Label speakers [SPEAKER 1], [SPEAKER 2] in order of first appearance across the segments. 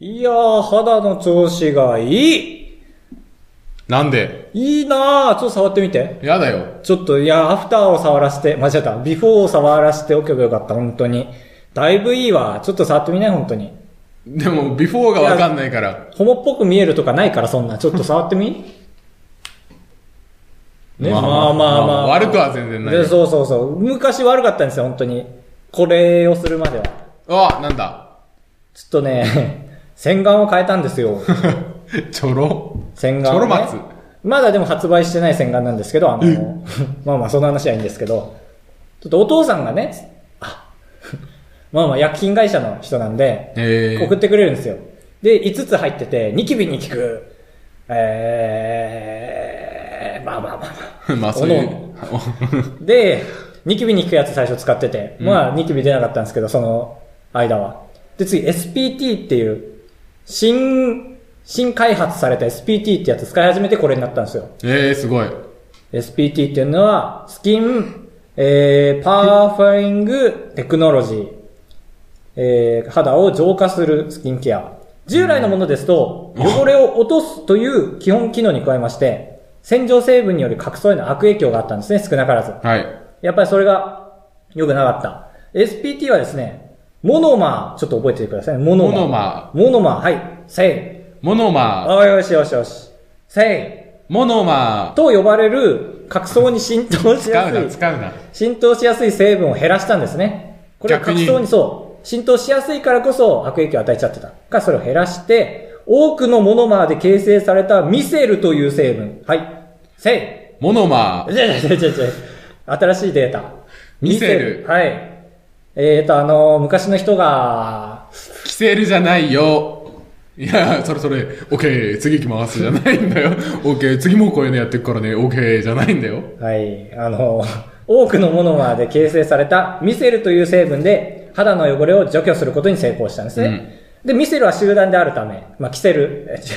[SPEAKER 1] いやー、肌の調子がいい
[SPEAKER 2] なんで
[SPEAKER 1] いいなーちょっと触ってみて。
[SPEAKER 2] やだよ。
[SPEAKER 1] ちょっと、いやー、アフターを触らせて、間違えた。ビフォーを触らせておけばよかった、本当に。だいぶいいわ。ちょっと触ってみない、本当に。
[SPEAKER 2] でも、ビフォーがわかんないから。
[SPEAKER 1] ホモっぽく見えるとかないから、そんな。ちょっと触って みね、まあま
[SPEAKER 2] まあま
[SPEAKER 1] あ
[SPEAKER 2] あ
[SPEAKER 1] まあ、
[SPEAKER 2] まあ悪くは全然ない
[SPEAKER 1] でそうそうそう。昔悪かったんですよ、本当に。これをするまでは。
[SPEAKER 2] あ、なんだ。
[SPEAKER 1] ちょっとね、 洗顔を変えたんですよ。
[SPEAKER 2] ちょろ。
[SPEAKER 1] 洗顔、ね。
[SPEAKER 2] チョロ松
[SPEAKER 1] まだでも発売してない洗顔なんですけど、あの、 まあまあその話はいいんですけど、ちょっとお父さんがね、あ まあまあ薬品会社の人なんで、
[SPEAKER 2] え
[SPEAKER 1] 送ってくれるんですよ。で、5つ入ってて、ニキビに効く、えー、まあまあまあま
[SPEAKER 2] え。
[SPEAKER 1] あ。
[SPEAKER 2] まあ、そういう。
[SPEAKER 1] で、ニキビに効くやつ最初使ってて、まあ、ニキビ出なかったんですけど、その間は。で、次、SPT っていう、新、新開発された SPT ってやつ使い始めてこれになったんですよ。
[SPEAKER 2] ええ、すごい。
[SPEAKER 1] SPT っていうのは、スキン、えー、パーファイングテクノロジー、えー、肌を浄化するスキンケア。従来のものですと、汚れを落とすという基本機能に加えまして、洗浄成分による角層への悪影響があったんですね、少なからず。
[SPEAKER 2] はい。
[SPEAKER 1] やっぱりそれが良くなかった。SPT はですね、モノマー、ちょっと覚えててください。モノマー。
[SPEAKER 2] モノマ
[SPEAKER 1] ー。モノマー、はい。せい。
[SPEAKER 2] モノマー。
[SPEAKER 1] あよしよしよし。せ
[SPEAKER 2] モノ
[SPEAKER 1] い。
[SPEAKER 2] マ
[SPEAKER 1] と呼ばれる、角層に浸透
[SPEAKER 2] ー。
[SPEAKER 1] し
[SPEAKER 2] 使
[SPEAKER 1] や
[SPEAKER 2] うな、
[SPEAKER 1] すい、
[SPEAKER 2] 使うな。
[SPEAKER 1] 浸透しやすい成分を減らしたんですね。これは
[SPEAKER 2] 逆
[SPEAKER 1] 角
[SPEAKER 2] に
[SPEAKER 1] 層にそう、浸透しやすいからこそ悪影響を与えちゃってた。からそれを減らして、多くのモノマーで形成されたミセルという成分。はい。せい。
[SPEAKER 2] モノマー。
[SPEAKER 1] じゃじゃじゃじゃじゃ新しいデータ。
[SPEAKER 2] ミセル
[SPEAKER 1] はい。えーと、あのー昔の人が、
[SPEAKER 2] キセルじゃないよ。いや、それそれ、オッケー、次行きます、じゃないんだよ。オッケー、次もこういうのやってくからね、オッケー、じゃないんだよ。
[SPEAKER 1] はい、あのー多くのモノマーで形成されたミセルという成分で肌の汚れを除去することに成功したんですね。で、ミセルは集団であるため、まあ、キセル、えち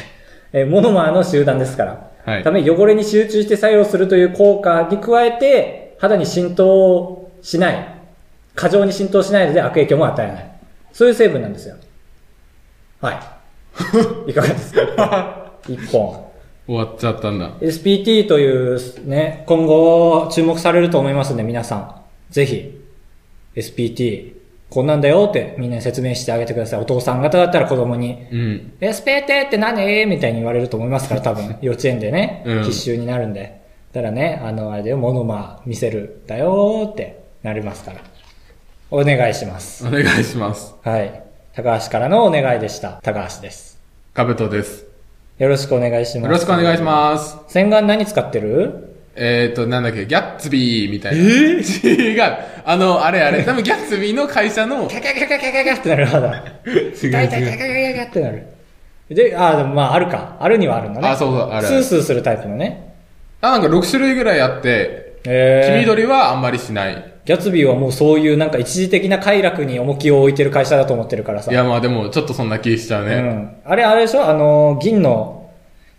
[SPEAKER 1] えモノマーの集団ですから、
[SPEAKER 2] はい
[SPEAKER 1] ため汚れに集中して作用するという効果に加えて、肌に浸透しない、過剰に浸透しないので悪影響も与えない。そういう成分なんですよ。 はい。いかがですか一本。
[SPEAKER 2] 終わっちゃったんだ。
[SPEAKER 1] SPT というね、今後注目されると思いますんで、皆さん。ぜひ、SPT、こんなんだよってみんなに説明してあげてください。お父さん方だったら子供に、
[SPEAKER 2] うん。
[SPEAKER 1] SPT って何みたいに言われると思いますから、多 分。幼稚園でね、
[SPEAKER 2] うん
[SPEAKER 1] 必修になるんで。だからね、あの、あれだよ、モノマ見せるだよってなりますから。お願いします。
[SPEAKER 2] お願いします。
[SPEAKER 1] はい。高橋からのお願いでした。高橋です。
[SPEAKER 2] カブトです。
[SPEAKER 1] よろしくお願いします。
[SPEAKER 2] よろしくお願いします。
[SPEAKER 1] 洗顔何使ってる
[SPEAKER 2] えっ、ー、と、なんだっけ、ギャッツビーみたいな。え違う。あの、あれあれ、多分ギャッツビーの会社 の、
[SPEAKER 1] キャキャキャキャキャキャキャってなる肌。
[SPEAKER 2] 違う
[SPEAKER 1] 大体、ガ
[SPEAKER 2] 違う。
[SPEAKER 1] ガガガガってなる。で、ああ、でもまあ、あるか。あるにはあるんだね。
[SPEAKER 2] あそうそうある
[SPEAKER 1] スースーするタイプのね。
[SPEAKER 2] あ、なんか6種類ぐらいあって、
[SPEAKER 1] え
[SPEAKER 2] 黄
[SPEAKER 1] ー、
[SPEAKER 2] 緑はあんまりしない。
[SPEAKER 1] ギャツビーはもうそういうなんか一時的な快楽に重きを置いてる会社だと思ってるからさ。
[SPEAKER 2] いや、まあでも、ちょっとそんな気しちゃう
[SPEAKER 1] う
[SPEAKER 2] ね。
[SPEAKER 1] ん。あれ、あれでしょあの、銀の、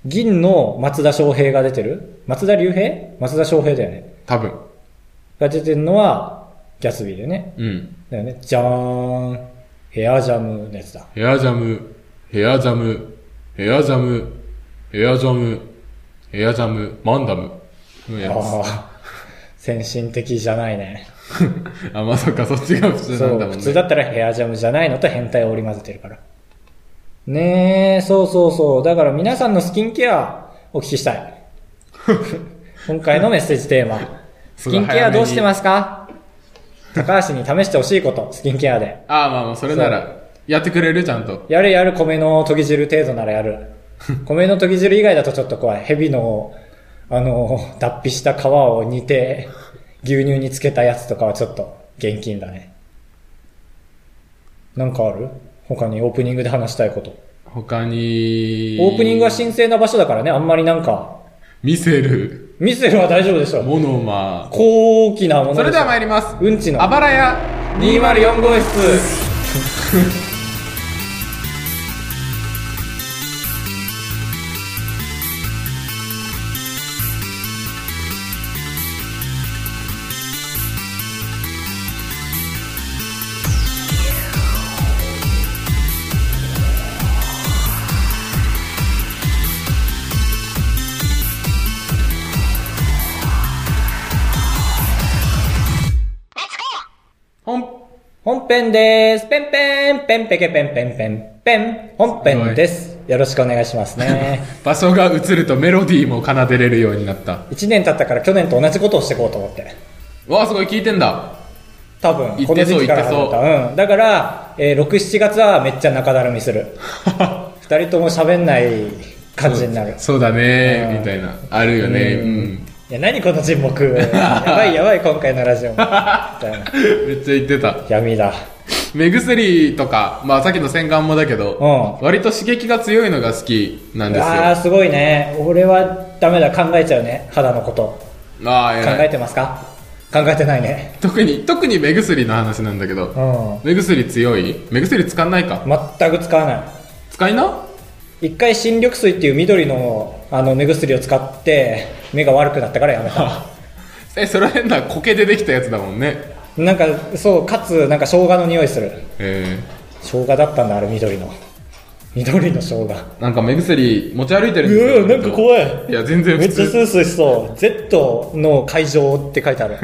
[SPEAKER 1] 銀の松田翔平が出てる松田龍平松田翔平だよね。
[SPEAKER 2] 多分。
[SPEAKER 1] が出てるのは、ギャツビーだよね。
[SPEAKER 2] うん。
[SPEAKER 1] だよね。じゃーん。ヘアジャムのやつだ。
[SPEAKER 2] ヘアジャム、ヘアジャム、ヘアジャム、ヘアジャム、ヘアジャム、マンダムのやつ。
[SPEAKER 1] ああ。先進的じゃないね。
[SPEAKER 2] あ、まあそっか、そっちが普通なん
[SPEAKER 1] そ
[SPEAKER 2] だ
[SPEAKER 1] う、
[SPEAKER 2] もん
[SPEAKER 1] 普
[SPEAKER 2] ね。
[SPEAKER 1] 通だったらヘアジャムじゃないのと変態を織り交ぜてるから。ねえ、そうそうそう。だから皆さんのスキンケアお聞きした い。今回のメッセージテーマ。スキンケアどうしてますか高橋に試してほしいこと、スキンケアで。
[SPEAKER 2] あ、まあまあ、それなら、やってくれるちゃんと。
[SPEAKER 1] やるやる米の研ぎ汁程度ならや る。米の研ぎ汁以外だとちょっと怖い。蛇の、あの、脱皮した皮を煮て、牛乳につけたやつとかはちょっと現金だね。なんかある他にオープニングで話したいこと。
[SPEAKER 2] 他に、
[SPEAKER 1] オープニングは神聖な場所だからね、あんまりなんか、
[SPEAKER 2] 見せる、
[SPEAKER 1] ミスルは大丈夫でしょ。
[SPEAKER 2] モノマ
[SPEAKER 1] 高貴なもの
[SPEAKER 2] それでは
[SPEAKER 1] しょ
[SPEAKER 2] 参ります。
[SPEAKER 1] うんちの
[SPEAKER 2] あばらや204号室。
[SPEAKER 1] は本編です。ペンペン、ペンペケペンペンペンペン、本編です。よろしくお願いしますね。
[SPEAKER 2] 場所が映るとメロディーも奏でれるようになった。
[SPEAKER 1] 1年経ったから去年と同じことをしていこうと思って。
[SPEAKER 2] わあ、すごい聞いてんだ。
[SPEAKER 1] 多分、
[SPEAKER 2] 言
[SPEAKER 1] こ
[SPEAKER 2] っ
[SPEAKER 1] の
[SPEAKER 2] てそう
[SPEAKER 1] 時期から始めた。うん。だから、えー6、7月はめっちゃ中だるみする。二人とも喋んない感じになる。
[SPEAKER 2] そうだ
[SPEAKER 1] うん
[SPEAKER 2] ね、みたいな。あるよね。うん。
[SPEAKER 1] いや、何この沈黙。 やばいやばい、今回のラジオ。みたいな
[SPEAKER 2] めっちゃ言ってた。
[SPEAKER 1] 闇だ。
[SPEAKER 2] 目薬とか、まあさっきの洗顔もだけど、割と刺激が強いのが好きなんですよ。
[SPEAKER 1] ああ、すごいね。俺はダメだ。考えちゃうね。肌のこと。
[SPEAKER 2] ああ、
[SPEAKER 1] 考
[SPEAKER 2] 偉
[SPEAKER 1] え
[SPEAKER 2] い。
[SPEAKER 1] てますか考えてないね。
[SPEAKER 2] 特に、特に目薬の話なんだけど
[SPEAKER 1] う、ん。
[SPEAKER 2] 目薬強い目薬使んないか。
[SPEAKER 1] 全く使わない。
[SPEAKER 2] 使いな
[SPEAKER 1] 一回新緑水っていう緑のあの目薬を使って目が悪くなったからやめた
[SPEAKER 2] え、それは変な苔でできたやつだもんね。
[SPEAKER 1] なんかそうかつなんか生姜の匂いする
[SPEAKER 2] え
[SPEAKER 1] 生姜だったんだあれ緑の緑の生姜
[SPEAKER 2] ー、なんか目薬持ち歩いてるんです
[SPEAKER 1] う
[SPEAKER 2] よ。
[SPEAKER 1] んなんか怖い
[SPEAKER 2] いや、全然
[SPEAKER 1] め
[SPEAKER 2] 普
[SPEAKER 1] っちゃス
[SPEAKER 2] 通。
[SPEAKER 1] ースーしそう Z の会場って書いてあ る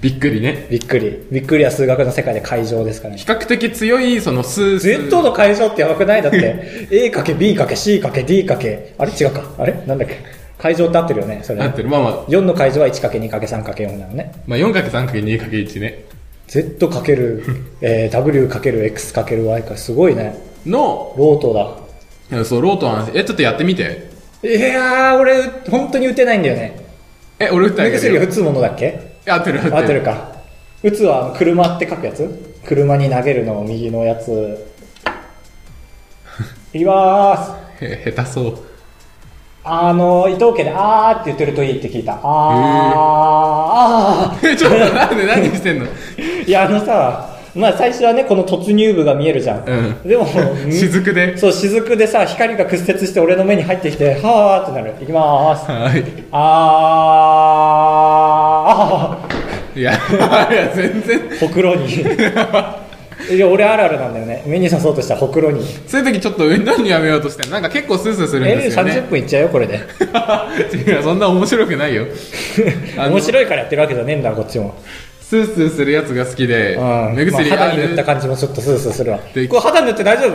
[SPEAKER 2] びっくりね。
[SPEAKER 1] びっくりびっくりは数学の世界で会場ですかね
[SPEAKER 2] 比較的強い、そのスースー。
[SPEAKER 1] Z の会場ってやばくないだって A かけ B かけ C かけ D かけあれ違うかあれなんだっけ会場って合ってるよねそれ
[SPEAKER 2] なってる。まあまあ、
[SPEAKER 1] 4の会場は 1×2×3×4 なのね
[SPEAKER 2] まあ 4×3×2×1 ね。
[SPEAKER 1] Z かける、えー、W かける X かける Y かすごいね
[SPEAKER 2] の、
[SPEAKER 1] ロートだ
[SPEAKER 2] いやそう、ロートの話。え、ちょっとやってみて。
[SPEAKER 1] いやー俺本当に打てないんだよね
[SPEAKER 2] え、俺打ってあ
[SPEAKER 1] 目
[SPEAKER 2] げる
[SPEAKER 1] 薬
[SPEAKER 2] よ
[SPEAKER 1] 打。つものだっけ
[SPEAKER 2] 合ってる合ってる。
[SPEAKER 1] 合ってるか打つはあの車って書くやつ車に投げるの右のやついきまーす
[SPEAKER 2] へ下手そう。
[SPEAKER 1] あの伊藤家で「あー」って言ってるといいって聞いたあーあー
[SPEAKER 2] え、ちょっとなんで何してんの
[SPEAKER 1] いやあのさまあ最初はねこの突入部が見えるじゃん、
[SPEAKER 2] うん
[SPEAKER 1] で も
[SPEAKER 2] 雫で。
[SPEAKER 1] そう、雫でさ、光が屈折して俺の目に入ってきて、はーってなる。いきまーす。
[SPEAKER 2] はい。
[SPEAKER 1] あー、あ
[SPEAKER 2] いや、いや全然。
[SPEAKER 1] ー、ほくろに。いや、俺あるあるなんだよね。目に刺そうとしたらほくろに。
[SPEAKER 2] そういう時ちょっと何やめようとしてんのなんか結構スースーするん
[SPEAKER 1] え
[SPEAKER 2] で
[SPEAKER 1] ー、
[SPEAKER 2] すよね
[SPEAKER 1] 30。分いっちゃうよ、これで。
[SPEAKER 2] 違う、そんな面白くないよ。あの
[SPEAKER 1] 面白いからやってるわけじゃねえんだ、こっちも。
[SPEAKER 2] スースーするやつが好きで、
[SPEAKER 1] うん。
[SPEAKER 2] 目薬、
[SPEAKER 1] まあ肌に
[SPEAKER 2] あ
[SPEAKER 1] 塗った感じもちょっとスースーするわ。こ
[SPEAKER 2] で
[SPEAKER 1] れ肌塗って大丈 夫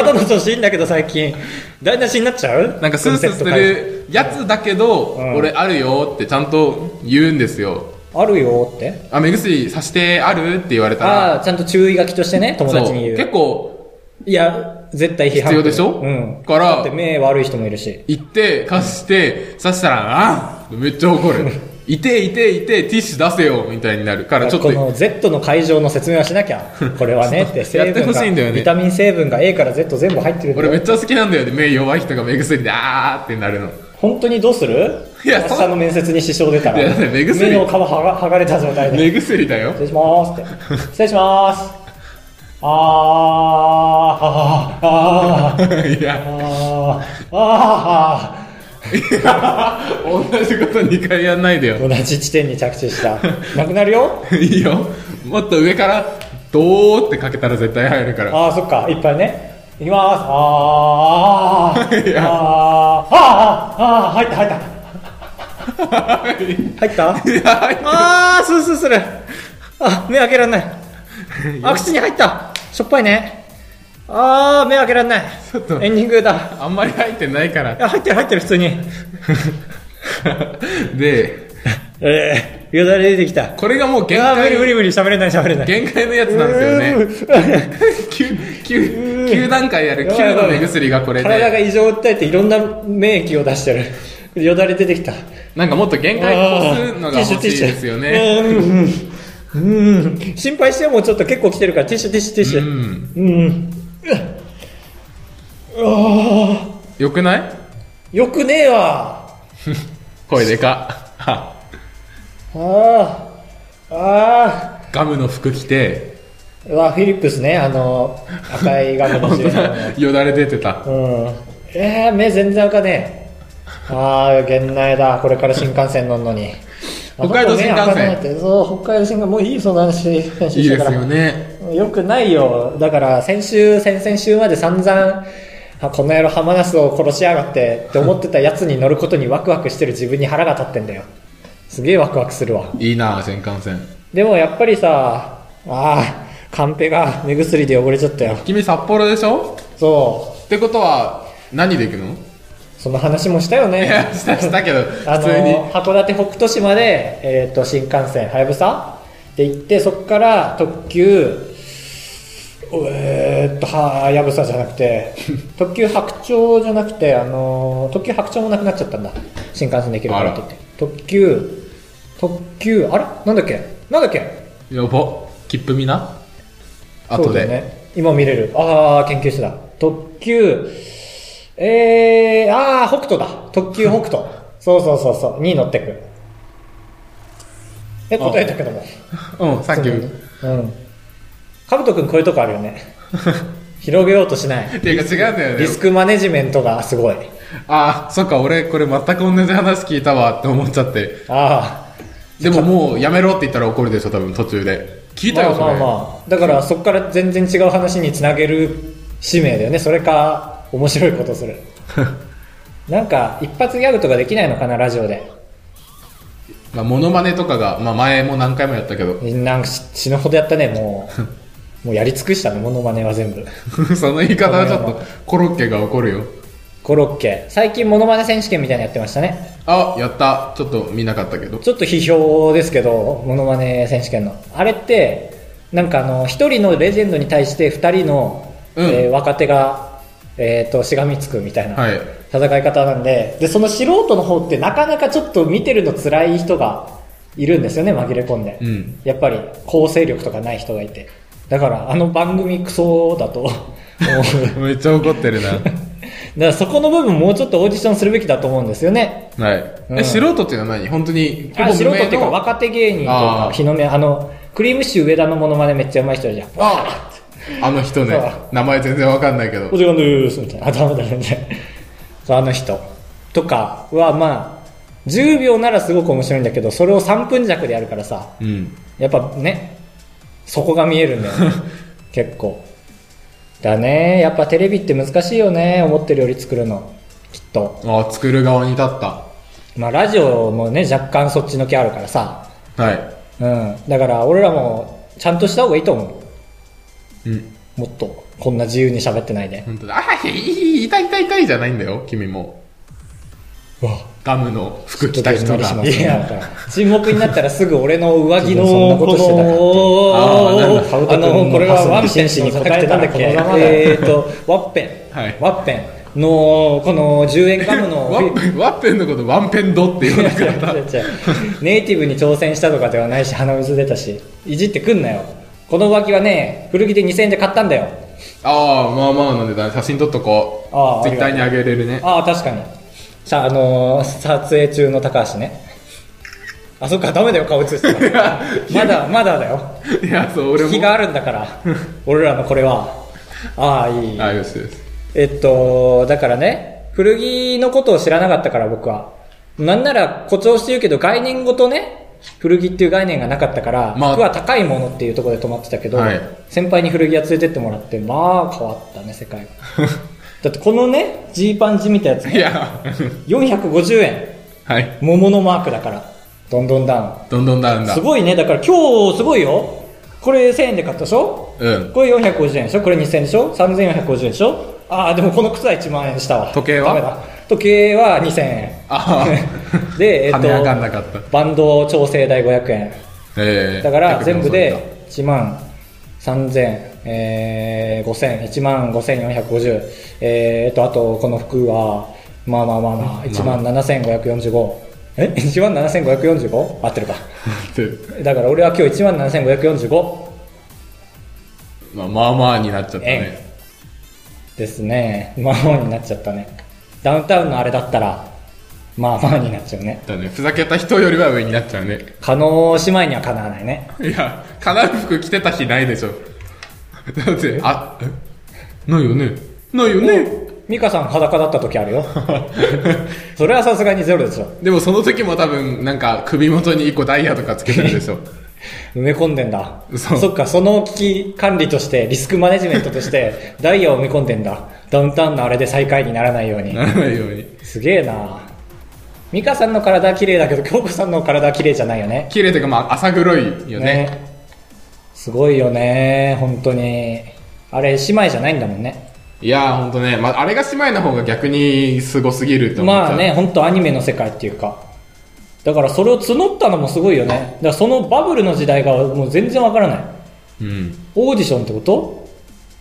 [SPEAKER 1] 肌の調子いいんだけど最近。台無しになっちゃう
[SPEAKER 2] なんかスースーす。
[SPEAKER 1] このセット会
[SPEAKER 2] るやつだけど、
[SPEAKER 1] うん
[SPEAKER 2] 俺あるよってちゃんと言うんですよ。
[SPEAKER 1] あるよーって。
[SPEAKER 2] あ、目薬さしてあるって言われたら、
[SPEAKER 1] あー、ちゃんと注意書きとしてね、友
[SPEAKER 2] そう、
[SPEAKER 1] 達に言う。
[SPEAKER 2] 結構
[SPEAKER 1] いや、絶対批判。
[SPEAKER 2] 必要でしょ
[SPEAKER 1] うん。
[SPEAKER 2] か
[SPEAKER 1] だっ
[SPEAKER 2] ら
[SPEAKER 1] て、目悪い人もいるし。
[SPEAKER 2] 行って、貸して、刺したら、あめっちゃ怒る。 いていていて、ティッシュ出せよみたいになるから、ちょっ
[SPEAKER 1] この
[SPEAKER 2] と、
[SPEAKER 1] Z の会場の説明はしなき ゃ。これはね、って
[SPEAKER 2] ちょっとやってほしいんだ
[SPEAKER 1] 成分
[SPEAKER 2] よね
[SPEAKER 1] がビタミン成分が A から Z 全部入ってるんだ
[SPEAKER 2] 俺
[SPEAKER 1] よ
[SPEAKER 2] めっちゃ好きなんだよね。目弱い人が目薬で、あーってなるの。
[SPEAKER 1] 本当にどうする
[SPEAKER 2] いや
[SPEAKER 1] 明日の面接に支障出たら。
[SPEAKER 2] いやだって目薬
[SPEAKER 1] の皮はが剥がれた状態で。
[SPEAKER 2] 目薬だ よ。
[SPEAKER 1] 失礼しますって。失礼します。あー、あー、あー、
[SPEAKER 2] いや、
[SPEAKER 1] あー、あ
[SPEAKER 2] 同じこと2回やんないでよ。
[SPEAKER 1] ー、同じ地点に着地した。なくなるよ
[SPEAKER 2] いいよ。もっと上から、どーってかけたら絶対入るから。
[SPEAKER 1] ああ、そっか、いっぱいね。いきます。あーあー、
[SPEAKER 2] いや
[SPEAKER 1] あーあー、あーあー、入った、入った。入った
[SPEAKER 2] いや、入って
[SPEAKER 1] あー、スースーする。あ、目開けら んない。あ、口に入った。しょっぱいね。あー、目開けらんない。
[SPEAKER 2] ちょっと
[SPEAKER 1] エンディングだ。
[SPEAKER 2] あんまり入ってないから。
[SPEAKER 1] あ、入ってる、入ってる、普通に。
[SPEAKER 2] で、
[SPEAKER 1] えー、よだれ出てきた。
[SPEAKER 2] これがもう限
[SPEAKER 1] あー、無理無
[SPEAKER 2] 界、
[SPEAKER 1] 理無理、喋れない、喋れない。
[SPEAKER 2] 限界のやつなんですよね。
[SPEAKER 1] ね。
[SPEAKER 2] 9, 9, 9段階ある9の目薬がこれ
[SPEAKER 1] 体が
[SPEAKER 2] で、
[SPEAKER 1] 異常を訴えていろんな免疫を出してる。よだれ出てきた。
[SPEAKER 2] なんかもっと限界を超すのが欲しいですよね。
[SPEAKER 1] ティッシュティッシュうんうんうん心配してもちょっと結構来てるからティッシュティッシュティッシ
[SPEAKER 2] う
[SPEAKER 1] ュ
[SPEAKER 2] ん。
[SPEAKER 1] うんうわあ
[SPEAKER 2] よくない
[SPEAKER 1] よくねえわ
[SPEAKER 2] 声でか。 は
[SPEAKER 1] あああ
[SPEAKER 2] ガムの服着て、
[SPEAKER 1] あわフィリップスねあの赤いガムの
[SPEAKER 2] 本
[SPEAKER 1] 汁
[SPEAKER 2] 当だ、よだれ出てた。
[SPEAKER 1] うんえー、目全然開かねえああ源内だこれから新幹線乗んのに
[SPEAKER 2] 北海道新幹線
[SPEAKER 1] あそこ目開かないってそう北海道新幹線もういいその話編
[SPEAKER 2] い
[SPEAKER 1] 集
[SPEAKER 2] い
[SPEAKER 1] して
[SPEAKER 2] で
[SPEAKER 1] か
[SPEAKER 2] す
[SPEAKER 1] ら
[SPEAKER 2] よね。
[SPEAKER 1] よくないよ。だから、先週、先々週まで散々、あこの野郎ハマナスを殺しやがってって思ってたやつに乗ることにワクワクしてる自分に腹が立ってんだよ。すげえワクワクするわ。
[SPEAKER 2] いいな新幹線。
[SPEAKER 1] でもやっぱりさ、ああ、カンペが目薬で汚れちゃったよ。
[SPEAKER 2] 君札幌でしょ
[SPEAKER 1] そ
[SPEAKER 2] ってことは、何で行く
[SPEAKER 1] う。
[SPEAKER 2] の
[SPEAKER 1] その話もしたよ
[SPEAKER 2] いや、
[SPEAKER 1] ね。
[SPEAKER 2] した、したけど、
[SPEAKER 1] あ
[SPEAKER 2] 普
[SPEAKER 1] の
[SPEAKER 2] 通に。
[SPEAKER 1] 函館北斗市まで、えー、と新幹線はやぶさで行ってそこから特急えー、っとはやぶさじゃなく て特急白鳥じゃなくてあの特急白鳥もなくなっちゃったんだ新幹線で行けるからって言って特急特急あれなんだっけなんだっけ
[SPEAKER 2] やば。切符見な。
[SPEAKER 1] そ
[SPEAKER 2] 後
[SPEAKER 1] うだよ
[SPEAKER 2] で。
[SPEAKER 1] ね、今見れるああ研究室だ特急えー、ああ北斗だ特急北 斗そうそうそうそうに乗ってくえ答えたけども
[SPEAKER 2] うん、さっき。
[SPEAKER 1] うんかぶとくんこういうとこあるよ ね広げようとしない
[SPEAKER 2] ていうか違うんだよね
[SPEAKER 1] リスクマネジメントがすごい
[SPEAKER 2] ああ、そっか、俺、これ全く同じ話聞いたわって思っちゃって。
[SPEAKER 1] ああ
[SPEAKER 2] でももう、やめろって言ったら怒るでしょ、多分途中で。聞いたよ、そ
[SPEAKER 1] まあ
[SPEAKER 2] れ。
[SPEAKER 1] まあまあだからそこから全然違う話につなげる使命だよねそれか面白いことす るなんか一発ギャグとかできないのかなラジオで
[SPEAKER 2] まあ、モノマネとかが、まあ、前も何回もやったけど、
[SPEAKER 1] なんかし死ぬほどやったねもうもうやり尽くしたねモノマネは全部
[SPEAKER 2] その言い方はちょっと、コロッケが怒るよ。
[SPEAKER 1] コロッケ最近モノマネ選手権みたいなのやってましたね
[SPEAKER 2] あ、やった。ちょっと見なかったけど。
[SPEAKER 1] ちょっと批評ですけどモノマネ選手権のあれってなんかあの一人のレジェンドに対して二人の、
[SPEAKER 2] うん
[SPEAKER 1] えー若手が、えー、としがみつくみたいな、
[SPEAKER 2] はい。
[SPEAKER 1] 戦い方なんででその素人の方ってなかなかちょっと見てるの辛い人がいるんですよね紛れ込んで、
[SPEAKER 2] うん。
[SPEAKER 1] やっぱり構成力とかない人がいてだからあの番組クソだ と思うだか
[SPEAKER 2] めっちゃ怒ってるな。
[SPEAKER 1] らそこの部分もうちょっとオーディションするべきだと思うんですよね
[SPEAKER 2] はい。
[SPEAKER 1] うん
[SPEAKER 2] え、素人っていうのは何本当に、
[SPEAKER 1] あ素人っていうか
[SPEAKER 2] あ
[SPEAKER 1] 若手芸人と
[SPEAKER 2] あ
[SPEAKER 1] か
[SPEAKER 2] ー
[SPEAKER 1] 日の目あのクリームシチュー上田のモノマネめっちゃうまい人じゃん
[SPEAKER 2] ああの人ね
[SPEAKER 1] そ。
[SPEAKER 2] 名前全然わかんないけど
[SPEAKER 1] お。時間ですみたいな。あ、ダメだねみたいな。そうあの人とかはまあ、10秒ならすごく面白いんだけど、それを3分弱でやるからさ、
[SPEAKER 2] うん。
[SPEAKER 1] やっぱね、そこが見えるんだよね。結構。だね。やっぱテレビって難しいよね。思ってるより作るの。きっと。
[SPEAKER 2] ああ、作る側に立った。
[SPEAKER 1] まあラジオもね、若干そっちの気あるからさ。
[SPEAKER 2] は
[SPEAKER 1] うん。だから俺らもちゃんとした方がいいと思
[SPEAKER 2] い。うん。
[SPEAKER 1] う。もっと。こんな自由に喋ってないで。
[SPEAKER 2] 本当だ。ああ、いい、痛い痛い痛いじゃないんだよ、君も。
[SPEAKER 1] わ
[SPEAKER 2] ガムの服着た人が。
[SPEAKER 1] いやだから沈黙になったらすぐ俺の上着の
[SPEAKER 3] そんな
[SPEAKER 1] こ
[SPEAKER 3] ことしてたから
[SPEAKER 2] あ
[SPEAKER 1] の
[SPEAKER 3] ーなんだ
[SPEAKER 1] あのこれはワッペン氏に叩いてたんだっけ
[SPEAKER 3] このままだ
[SPEAKER 1] えっとワッペン、
[SPEAKER 2] はい
[SPEAKER 1] ワッペンのこの10円ガムの
[SPEAKER 2] ワッペン、ワッペンのことワンペンドって言わなかった。
[SPEAKER 1] 違う違う違うネイティブに挑戦したとかではないし鼻水出たしいじってくんなよこの上着はね古着で2000円で買ったんだよ
[SPEAKER 2] ああ、まあまあの値段、写真撮っとこ
[SPEAKER 1] ああ
[SPEAKER 2] う。ツイッターにあげれるね。
[SPEAKER 1] ああ確かにさあのー撮影中の高橋ねあそっかダメだよ顔映してたらまだまだだよ
[SPEAKER 2] いや、そう、俺も。
[SPEAKER 1] 気があるんだから 俺らのこれはああいい
[SPEAKER 2] あ、よしよし。
[SPEAKER 1] えっとだからね古着のことを知らなかったから僕はなんなら誇張して言うけど概念ごとね古着っていう概念がなかったから、
[SPEAKER 2] まあ
[SPEAKER 1] 服は高いものっていうところで止まってたけど、
[SPEAKER 2] はい
[SPEAKER 1] 先輩に古着屋連れてってもらってまあ変わったね世 界がだってこのねジーパンジみたいなやつ
[SPEAKER 2] いや、
[SPEAKER 1] 450円
[SPEAKER 2] はい。
[SPEAKER 1] 桃のマークだからどんどんダウ
[SPEAKER 2] どんどんダウン
[SPEAKER 1] ン
[SPEAKER 2] だ
[SPEAKER 1] す。ごいねだから今日すごいよこれ1000円で買ったでしょ
[SPEAKER 2] うん。
[SPEAKER 1] これ450円でしょこれ2000円でしょ3450円でしょああでもこの靴は1万円したわ
[SPEAKER 2] 時計は
[SPEAKER 1] ダメだ時計は2000円
[SPEAKER 2] あ
[SPEAKER 1] でえっ
[SPEAKER 2] 跳
[SPEAKER 1] と
[SPEAKER 2] ね上がんなかった。
[SPEAKER 1] バンド調整代500円
[SPEAKER 2] ええ
[SPEAKER 1] だから全部で1万3000えー、5000 1万5450えー、っとあとこの服はまあまあまあまあ1万7545え1万 7545? 合ってるかだから俺は今日1万7545
[SPEAKER 2] まあまあまあになっちゃったね。
[SPEAKER 1] ですねまあまあになっちゃったねダウンタウンのあれだったらまあまあになっちゃうね
[SPEAKER 2] だね、ふざけた人よりは上になっちゃうね。
[SPEAKER 1] 加納姉妹にはかなわないね
[SPEAKER 2] いや、カナル服着てた日ないでしょ。だって、あ、えないよね。ないよね。
[SPEAKER 1] 美香さん裸だった時ある よそれはさすがにゼロでしょ
[SPEAKER 2] でもその時も多分、なんか首元に一個ダイヤとかつけてるでしょ。
[SPEAKER 1] 埋め込んでんだ
[SPEAKER 2] そう
[SPEAKER 1] っかその危機管理としてリスクマネジメントとして ダイヤを埋め込んでんだダウンタウンのあれで最下位にならないように
[SPEAKER 2] ならないように。
[SPEAKER 1] すげえな美香さんの体は綺麗だけど京子さんの体は綺麗じゃないよね
[SPEAKER 2] 綺麗というか、まあ、浅黒いよね。
[SPEAKER 1] すごいよね、本当に。あれ、姉妹じゃないんだもんね。
[SPEAKER 2] いやー、ほんとね、まあ、あれが姉妹の方が逆にすごすぎると思っちゃう。
[SPEAKER 1] まあね、本当アニメの世界っていうか。だからそれを募ったのもすごいよね。だからそのバブルの時代がもう全然わからない。
[SPEAKER 2] うん。
[SPEAKER 1] オーディションってこと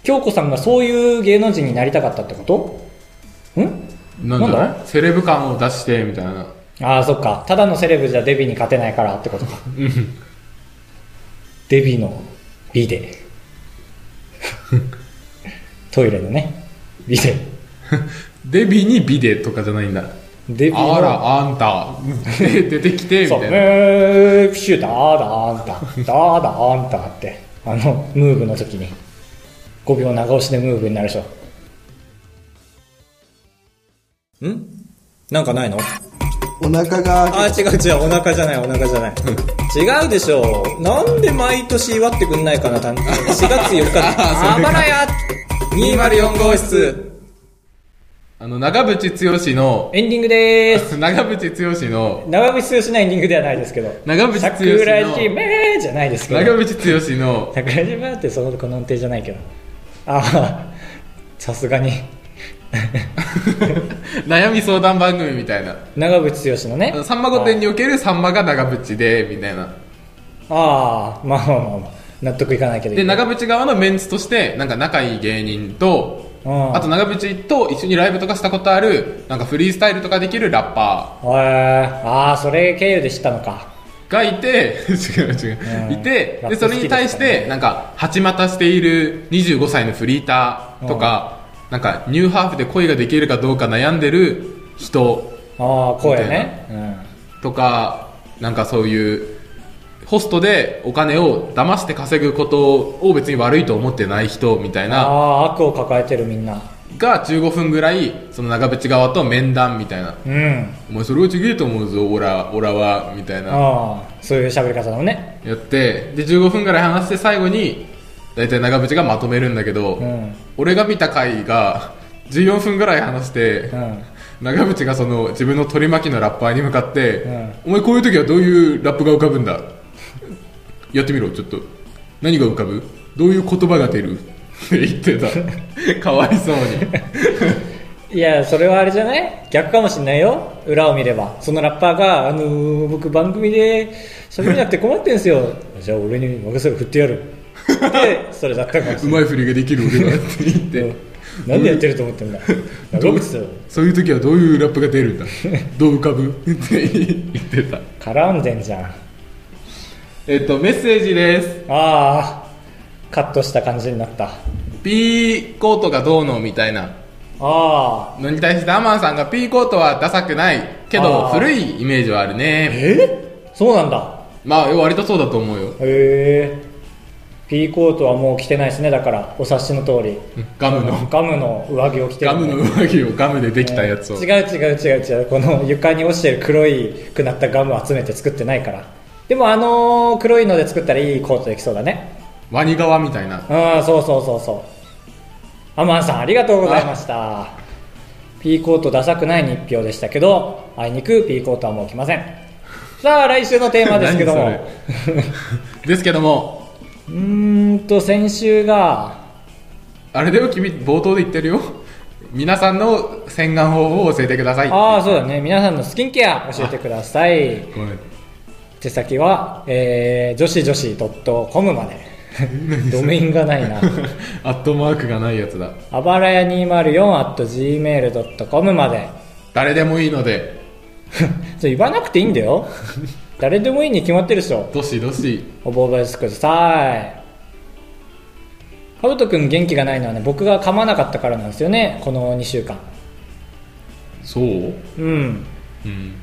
[SPEAKER 1] 京子さんがそういう芸能人になりたかったってことん
[SPEAKER 2] なんだろう
[SPEAKER 1] なん
[SPEAKER 2] セレブ感を出して、みたいな。
[SPEAKER 1] ああ、そっか。ただのセレブじゃデビに勝てないからってことか。
[SPEAKER 2] うん。
[SPEAKER 1] デビの B で。 トイレのね、B で。
[SPEAKER 2] デビにビデとかじゃないんだ。
[SPEAKER 1] デビの。
[SPEAKER 2] あら、あ んた。で出てきて、み
[SPEAKER 1] そう、
[SPEAKER 2] た
[SPEAKER 1] ム
[SPEAKER 2] いな。
[SPEAKER 1] ープシューダーだあんた、ダーだあんたって、あの、ムーブの時に、5秒長押しでムーブになるでしょ。んなんかないの
[SPEAKER 3] お腹が
[SPEAKER 1] あ、違う違う、お腹じゃない、お腹じゃない。違うでしょ。なんで毎年祝ってくんないかな、誕生日。4月4日。あばらや !204 号室
[SPEAKER 2] あの、長渕剛 の、
[SPEAKER 1] エンディングでーす。
[SPEAKER 2] 長渕剛の、
[SPEAKER 1] 長渕剛のエンディングではないですけど。
[SPEAKER 2] 長渕剛の
[SPEAKER 1] 桜島じゃないですけど。
[SPEAKER 2] 長渕剛の、
[SPEAKER 1] 桜島ってそのこの音程じゃないけどああさすがに
[SPEAKER 2] 悩み相談番組みたいな。
[SPEAKER 1] 長渕剛のね
[SPEAKER 2] あのさんま御殿におけるさんまが長渕で、みたいな。
[SPEAKER 1] ああまあまあまあまあ納得いかないけど
[SPEAKER 2] で、長渕側のメンツとして、なんか仲いい芸人と、
[SPEAKER 1] うん
[SPEAKER 2] あと長渕と一緒にライブとかしたことある、なんかフリースタイルとかできるラッパ
[SPEAKER 1] へえああそれ経由で知ったのか
[SPEAKER 2] ーがいて、 違う違う、
[SPEAKER 1] うん
[SPEAKER 2] いて、
[SPEAKER 1] ラップ
[SPEAKER 2] で、それに対し
[SPEAKER 1] 好きですから
[SPEAKER 2] て、なんか、八股している25歳のフリーターとか、なんか、ニューハーフで恋ができるかどうか悩んでる人
[SPEAKER 1] ああ声ね、うん、
[SPEAKER 2] とか、なんかそういう、ホストでお金を騙して稼ぐことを別に悪いと思ってない人みたい
[SPEAKER 1] あ
[SPEAKER 2] な
[SPEAKER 1] あ悪を抱えてるみんな
[SPEAKER 2] が15分ぐらいその長渕側と面談みたいな
[SPEAKER 1] うん
[SPEAKER 2] 「お前それはちげえと思うぞオラオラは」みたいな
[SPEAKER 1] ああそういう喋り方だもんね
[SPEAKER 2] やってで15分ぐらい話して最後に大体長渕がまとめるんだけど、
[SPEAKER 1] うん
[SPEAKER 2] 俺が見た回が14分ぐらい話して、
[SPEAKER 1] うん
[SPEAKER 2] 長渕がその自分の取り巻きのラッパーに向かって
[SPEAKER 1] うん
[SPEAKER 2] 「お前こういう時はどういうラップが浮かぶんだやってみろちょっと何が浮かぶどういう言葉が出る?」って言って たかわいそうに。
[SPEAKER 1] いや、それはあれじゃない逆かもしんないよ。裏を見れば。そのラッパーが、あのー僕番組で喋りなくて困ってんすよ。 じゃあ俺に任せろ、振ってやる。 で、それだったかもし
[SPEAKER 2] う
[SPEAKER 1] れ
[SPEAKER 2] まい振りができる俺だって言っ
[SPEAKER 1] な
[SPEAKER 2] て
[SPEAKER 1] い。なんでやってると思って んだ長渕だよ
[SPEAKER 2] そういう時はどういうラップが出るんだどう浮かぶって言ってた
[SPEAKER 1] 絡んでんじゃん。
[SPEAKER 2] えっとメッセージです
[SPEAKER 1] あー、カットした感じになった。あ
[SPEAKER 2] P コートがどうのみたいな
[SPEAKER 1] あ
[SPEAKER 2] のに対してアマンさんが P コートはダサくないけど
[SPEAKER 1] あー
[SPEAKER 2] 古いイメージはあるね
[SPEAKER 1] えそうなんだ。
[SPEAKER 2] まあ割とそうだと思うよ
[SPEAKER 1] へえ。ピーコートはもう着てないですね、だから。お察しの通り。
[SPEAKER 2] ガムの
[SPEAKER 1] ガムの上着を着てる
[SPEAKER 2] ガ
[SPEAKER 1] んだ
[SPEAKER 2] ムの上着をガムでできたやつを
[SPEAKER 1] 違う違う違う違うこの床に落ちてる黒いくなったガムを集めて作ってないからでもあの黒いので作ったらいいコートできそうだね
[SPEAKER 2] ワニ革みたいな
[SPEAKER 1] うんそうそうそうそうアマンさんありがとうございましたピーコートダサくない日票でしたけどあいにくピーコートはもう来ませんさあ来週のテーマですけども
[SPEAKER 2] 何ですけども
[SPEAKER 1] うーんと先週が
[SPEAKER 2] あれだよ君冒頭で言ってるよ皆さんの洗顔法を教えてください
[SPEAKER 1] ああそうだね皆さんのスキンケア教えてください
[SPEAKER 2] ごめん
[SPEAKER 1] 手先は、えー、女子女子 .com までドメインがないな
[SPEAKER 2] アットマークがないやつだ
[SPEAKER 1] あばらや 204.gmail.com まで
[SPEAKER 2] 誰でもいいので
[SPEAKER 1] それ言わなくていいんだよ誰でもいいに決まってるでしょ
[SPEAKER 2] どしどし
[SPEAKER 1] 覚えてくださいかぶとくん元気がないのはね僕が噛まなかったからなんですよねこの2週間
[SPEAKER 2] そう
[SPEAKER 1] うん
[SPEAKER 2] うん